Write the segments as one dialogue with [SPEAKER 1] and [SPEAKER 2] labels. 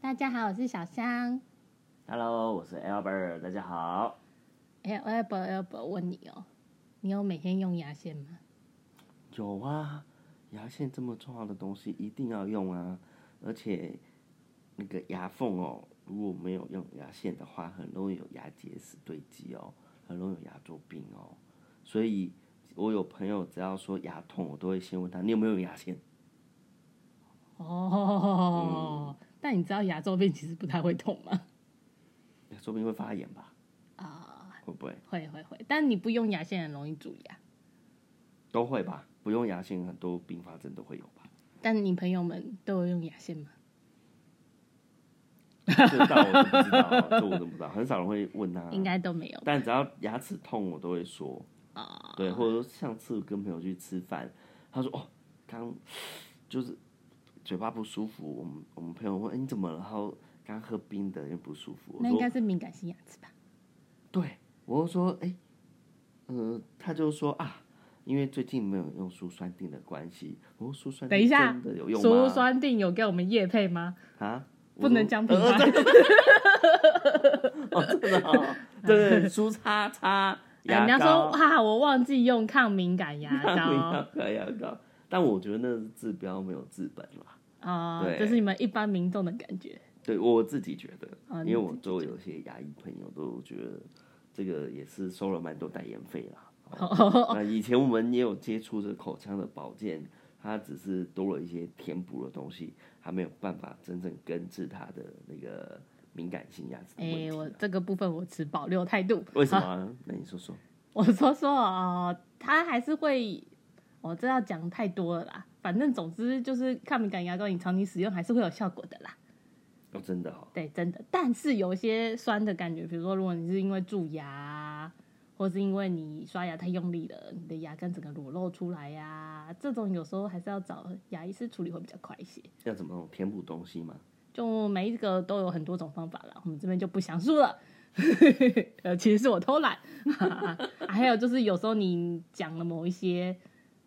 [SPEAKER 1] 大家好，我是小香。
[SPEAKER 2] Hello，我是 Albert，大家好。
[SPEAKER 1] 哎、我要不要不问你哦，你有每天用牙线吗？
[SPEAKER 2] 有啊，牙线这么重要的东西一定要用啊，而且那个牙缝哦，如果没有用牙线的话，很容易有牙结石堆积哦，很容易有牙周病哦。所以我有朋友只要说牙痛，我都会先问他你有没有用牙线。
[SPEAKER 1] 哦，
[SPEAKER 2] 嗯
[SPEAKER 1] 但你知道牙周病其实不太会痛吗？
[SPEAKER 2] 牙周病会发炎吧？
[SPEAKER 1] 啊、
[SPEAKER 2] 会不会？
[SPEAKER 1] 会会会，但你不用牙线很容易蛀牙。
[SPEAKER 2] 都会吧。不用牙线，很多并发症都会有吧？
[SPEAKER 1] 但你朋友们都有用牙线吗？
[SPEAKER 2] 这道我都不知道哦，这我都不知道，很少人会问他、
[SPEAKER 1] 应该都没有吧。
[SPEAKER 2] 但只要牙齿痛，我都会说
[SPEAKER 1] 啊
[SPEAKER 2] 对，或者说上次跟朋友去吃饭，他说哦，刚就是嘴巴不舒服，我们我们朋友问、哎你怎么了，然后刚喝冰的又不舒服，我
[SPEAKER 1] 那应该是
[SPEAKER 2] 说
[SPEAKER 1] 敏感性牙齿吧？
[SPEAKER 2] 对，我就说哎，呃，他就说啊，因为最近没有用舒酸定的关系，我说舒酸
[SPEAKER 1] 等一
[SPEAKER 2] 定
[SPEAKER 1] 下
[SPEAKER 2] 真的有用
[SPEAKER 1] 俗
[SPEAKER 2] 吗？
[SPEAKER 1] 酸定有给我们叶配吗？
[SPEAKER 2] 啊，
[SPEAKER 1] 不能讲品
[SPEAKER 2] 呃
[SPEAKER 1] 牌。
[SPEAKER 2] 哦，真的哦， 对，舒叉叉
[SPEAKER 1] 哎人家
[SPEAKER 2] 牙
[SPEAKER 1] 说
[SPEAKER 2] 膏。
[SPEAKER 1] 哇，我忘记用抗敏感牙膏
[SPEAKER 2] 牙膏，牙膏。但我觉得那是治标没有治本啦。
[SPEAKER 1] 啊，
[SPEAKER 2] 对
[SPEAKER 1] 这是你们一般民众的感觉。
[SPEAKER 2] 对我自己觉得，
[SPEAKER 1] 哦
[SPEAKER 2] 因为我周围有些牙医朋友都觉得这个也是收了蛮多代言费啦。
[SPEAKER 1] 哦，
[SPEAKER 2] 那以前我们也有接触这口腔的保健，它只是多了一些填补的东西，还没有办法真正根治它的那个敏感性牙齿的问
[SPEAKER 1] 哎，
[SPEAKER 2] 题。
[SPEAKER 1] 我这个部分我持保留态度。
[SPEAKER 2] 为什么啊、那你说说。
[SPEAKER 1] 我说说哦，他还是会，我这要讲太多了啦。反正总之就是抗敏感牙膏，你长期使用还是会有效果的啦。
[SPEAKER 2] 哦，真的哦，
[SPEAKER 1] 对，真的。但是有一些酸的感觉，比如说如果你是因为蛀牙啊，或是因为你刷牙太用力了，你的牙根整个裸露出来呀、这种有时候还是要找牙医师处理会比较快一些。
[SPEAKER 2] 要怎么弄填补东西吗？
[SPEAKER 1] 就每一个都有很多种方法了，我们这边就不详述了。 呃，其实是我偷懒、 啊还有就是有时候你讲了某一些，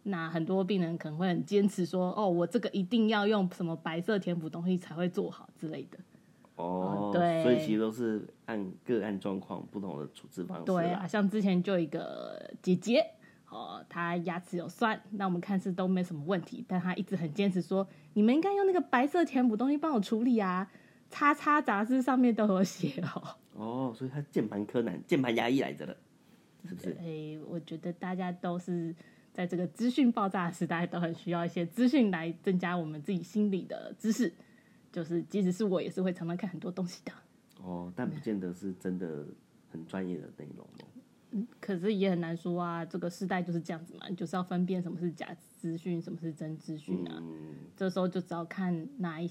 [SPEAKER 1] 那很多病人可能会很坚持说，哦，我这个一定要用什么白色填补东西才会做好之类的。哦，
[SPEAKER 2] 哦
[SPEAKER 1] 对
[SPEAKER 2] 所以其实都是按个案状况不同的处置方式
[SPEAKER 1] 对
[SPEAKER 2] 啦
[SPEAKER 1] 啊，。像之前就有一个姐姐，哦，她牙齿有酸，那我们看似都没什么问题，但她一直很坚持说，你们应该用那个白色填补东西帮我处理啊，叉叉杂志上面都有写哦。
[SPEAKER 2] 哦，所以他键盘柯南、键盘牙医来着了，是不是？
[SPEAKER 1] 诶，我觉得大家都是在这个资讯爆炸的时代，都很需要一些资讯来增加我们自己心理的知识。就是，即使是我，也是会常常看很多东西的，
[SPEAKER 2] 哦，但不见得是真的很专业的内容哦。
[SPEAKER 1] 可是也很难说啊。这个时代就是这样子嘛，你就是要分辨什么是假资讯，什么是真资讯啊。
[SPEAKER 2] 嗯，
[SPEAKER 1] 这时候就只要看哪一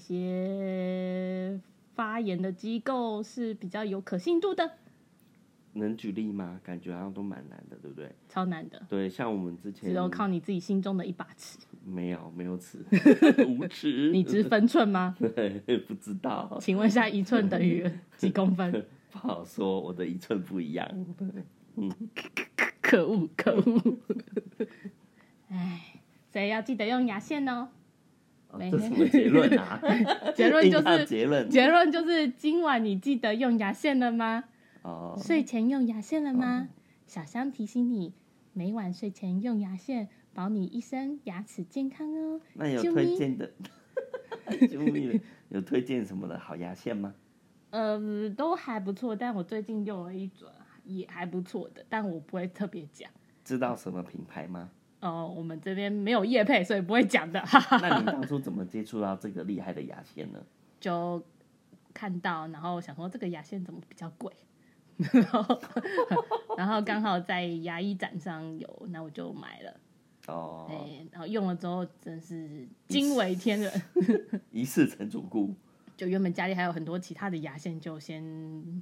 [SPEAKER 1] 些发言的机构是比较有可信度的，
[SPEAKER 2] 能举例吗？感觉好像都蛮难的，对不对？
[SPEAKER 1] 超难的，
[SPEAKER 2] 对，像我们之
[SPEAKER 1] 只
[SPEAKER 2] 前
[SPEAKER 1] 有哦靠你自己心中的一把尺。
[SPEAKER 2] 没有没 有尺，无尺，
[SPEAKER 1] 你知分寸吗？
[SPEAKER 2] 对不知道，
[SPEAKER 1] 请问一下，一寸等 于几公分？
[SPEAKER 2] 不好说，我的一寸不一样。
[SPEAKER 1] 可恶，可 恶！哎，所以要记得用牙线哦。
[SPEAKER 2] 哦
[SPEAKER 1] 没
[SPEAKER 2] 这什么结论啊？
[SPEAKER 1] 结论就
[SPEAKER 2] 硬要
[SPEAKER 1] 是，
[SPEAKER 2] 结论
[SPEAKER 1] 结论就是，今晚你记得用牙线了吗？
[SPEAKER 2] 哦。
[SPEAKER 1] 睡前用牙线了吗？小香提醒你，每晚睡前用牙线，保你一生牙齿健康哦。
[SPEAKER 2] 那有
[SPEAKER 1] 啾
[SPEAKER 2] 推
[SPEAKER 1] 咪
[SPEAKER 2] 荐的？ 救命！有推荐什么的好牙线吗？
[SPEAKER 1] 呃，都还不错，但我最近用了一种也还不错的，但我不会特别讲。
[SPEAKER 2] 知道什么品 牌吗？
[SPEAKER 1] 呃，我们这边没有业配，所以不会讲的。哈哈
[SPEAKER 2] 那你当初怎么接触到这个厉害的牙线呢？
[SPEAKER 1] 就看到，然后想说这个牙线怎么比较贵， 然后然后刚好在牙医展上有，那我就买了。哎、
[SPEAKER 2] 哦，
[SPEAKER 1] 然后用了之后真是惊为天人。
[SPEAKER 2] 一世成主顾，
[SPEAKER 1] 就原本家里还有很多其他的牙线，就先嗯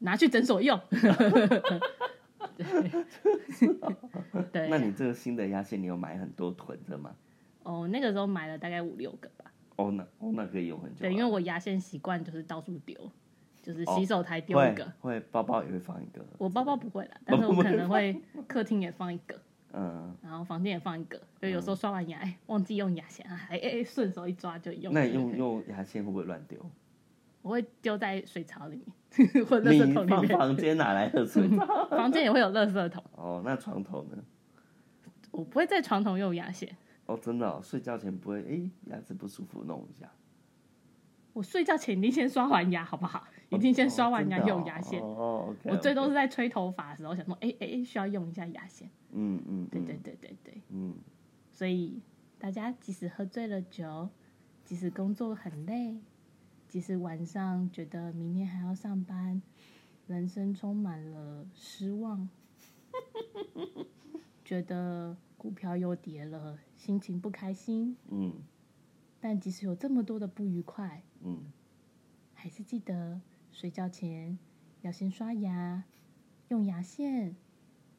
[SPEAKER 1] 拿去诊所用。 对，
[SPEAKER 2] 那
[SPEAKER 1] 对，
[SPEAKER 2] 你这个新的牙线，你有买很多囤着吗？
[SPEAKER 1] 哦，那个时候买了大概五六个吧。
[SPEAKER 2] 哦，那哦那可以用很久啊。
[SPEAKER 1] 对，因为我牙线习惯就是到处丢，就是洗
[SPEAKER 2] 哦
[SPEAKER 1] 手台丢一
[SPEAKER 2] 会
[SPEAKER 1] 个。
[SPEAKER 2] 会包包也会放一个，
[SPEAKER 1] 我包包不会啦，但是我可能会客厅也放一个，
[SPEAKER 2] 嗯，
[SPEAKER 1] 然后房间也放一个，就有时候刷完牙，啊哎，忘记用牙线，哎哎哎，顺手一抓就用。
[SPEAKER 2] 那你用用牙线会不会乱丢？
[SPEAKER 1] 我会丢在水槽里面或者垃圾
[SPEAKER 2] 你
[SPEAKER 1] 桶里
[SPEAKER 2] 放
[SPEAKER 1] 面，
[SPEAKER 2] 房间哪来的水 槽？
[SPEAKER 1] 房间也会有垃圾桶。
[SPEAKER 2] 哦，那床头呢？
[SPEAKER 1] 我不会在床头用牙线，
[SPEAKER 2] 哦，真的、哦，睡觉前不会，诶，牙齿不舒服弄一下。
[SPEAKER 1] 我睡觉前一定先刷完牙，好不好？一定先刷完牙用牙线。
[SPEAKER 2] 哦哦，OK，
[SPEAKER 1] 我最多是在吹头发的时候想说，哎哎哎，需要用一下牙线。
[SPEAKER 2] 嗯嗯，
[SPEAKER 1] 对对，对对对，
[SPEAKER 2] 嗯，
[SPEAKER 1] 所以大家即使喝醉了酒，即使工作很累，即使晚上觉得明天还要上班，人生充满了失望，觉得股票又跌了，心情不开心。
[SPEAKER 2] 嗯
[SPEAKER 1] 但即使有这么多的不愉快，
[SPEAKER 2] 嗯
[SPEAKER 1] 还是记得睡觉前要先刷牙，用牙线，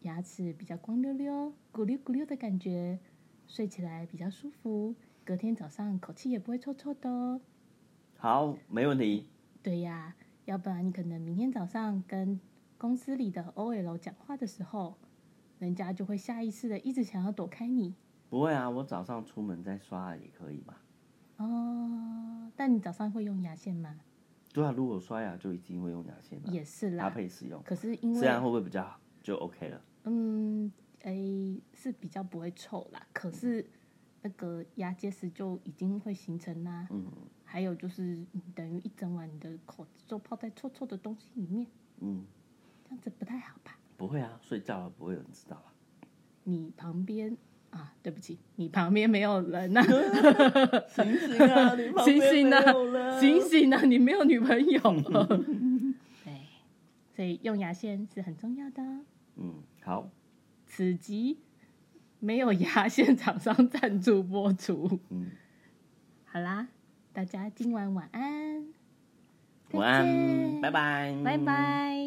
[SPEAKER 1] 牙齿比较光溜溜、咕溜咕溜的感觉，睡起来比较舒服，隔天早上口气也不会臭臭的哦。
[SPEAKER 2] 好，没问题。
[SPEAKER 1] 对呀，要不然你可能明天早上跟公司里的 OL 讲话的时候，人家就会下意识的一直想要躲开你
[SPEAKER 2] 不会啊，我早上出门再刷也可以吧？
[SPEAKER 1] 哦。但你早上会用牙线吗？
[SPEAKER 2] 对啊，如果刷牙就一定会用牙线了，
[SPEAKER 1] 也是
[SPEAKER 2] 搭
[SPEAKER 1] 啦，
[SPEAKER 2] 配使用，
[SPEAKER 1] 可是因为
[SPEAKER 2] 嗯这样会不会比较好？就 OK 了。
[SPEAKER 1] 嗯，诶、是比较不会臭啦，可是那个牙结石就已经会形成啦。
[SPEAKER 2] 嗯
[SPEAKER 1] 还有就是，嗯等于一整晚你的口子就泡在臭臭的东西里面，
[SPEAKER 2] 嗯，
[SPEAKER 1] 这样子不太好吧？
[SPEAKER 2] 不会啊，睡觉了不会有人知道啊。
[SPEAKER 1] 你旁边啊，对不起，你旁边没有人呐、
[SPEAKER 2] 醒醒啊，你
[SPEAKER 1] 旁边没有
[SPEAKER 2] 啊
[SPEAKER 1] 醒醒啊，你没有女朋友。对，所以用牙线是很重要的哦。
[SPEAKER 2] 嗯，好，
[SPEAKER 1] 此集没有牙 线厂商赞助播出。
[SPEAKER 2] 嗯，
[SPEAKER 1] 好啦，大家今晚晚安，再
[SPEAKER 2] 晚安，
[SPEAKER 1] 见
[SPEAKER 2] 拜拜，
[SPEAKER 1] 拜。拜。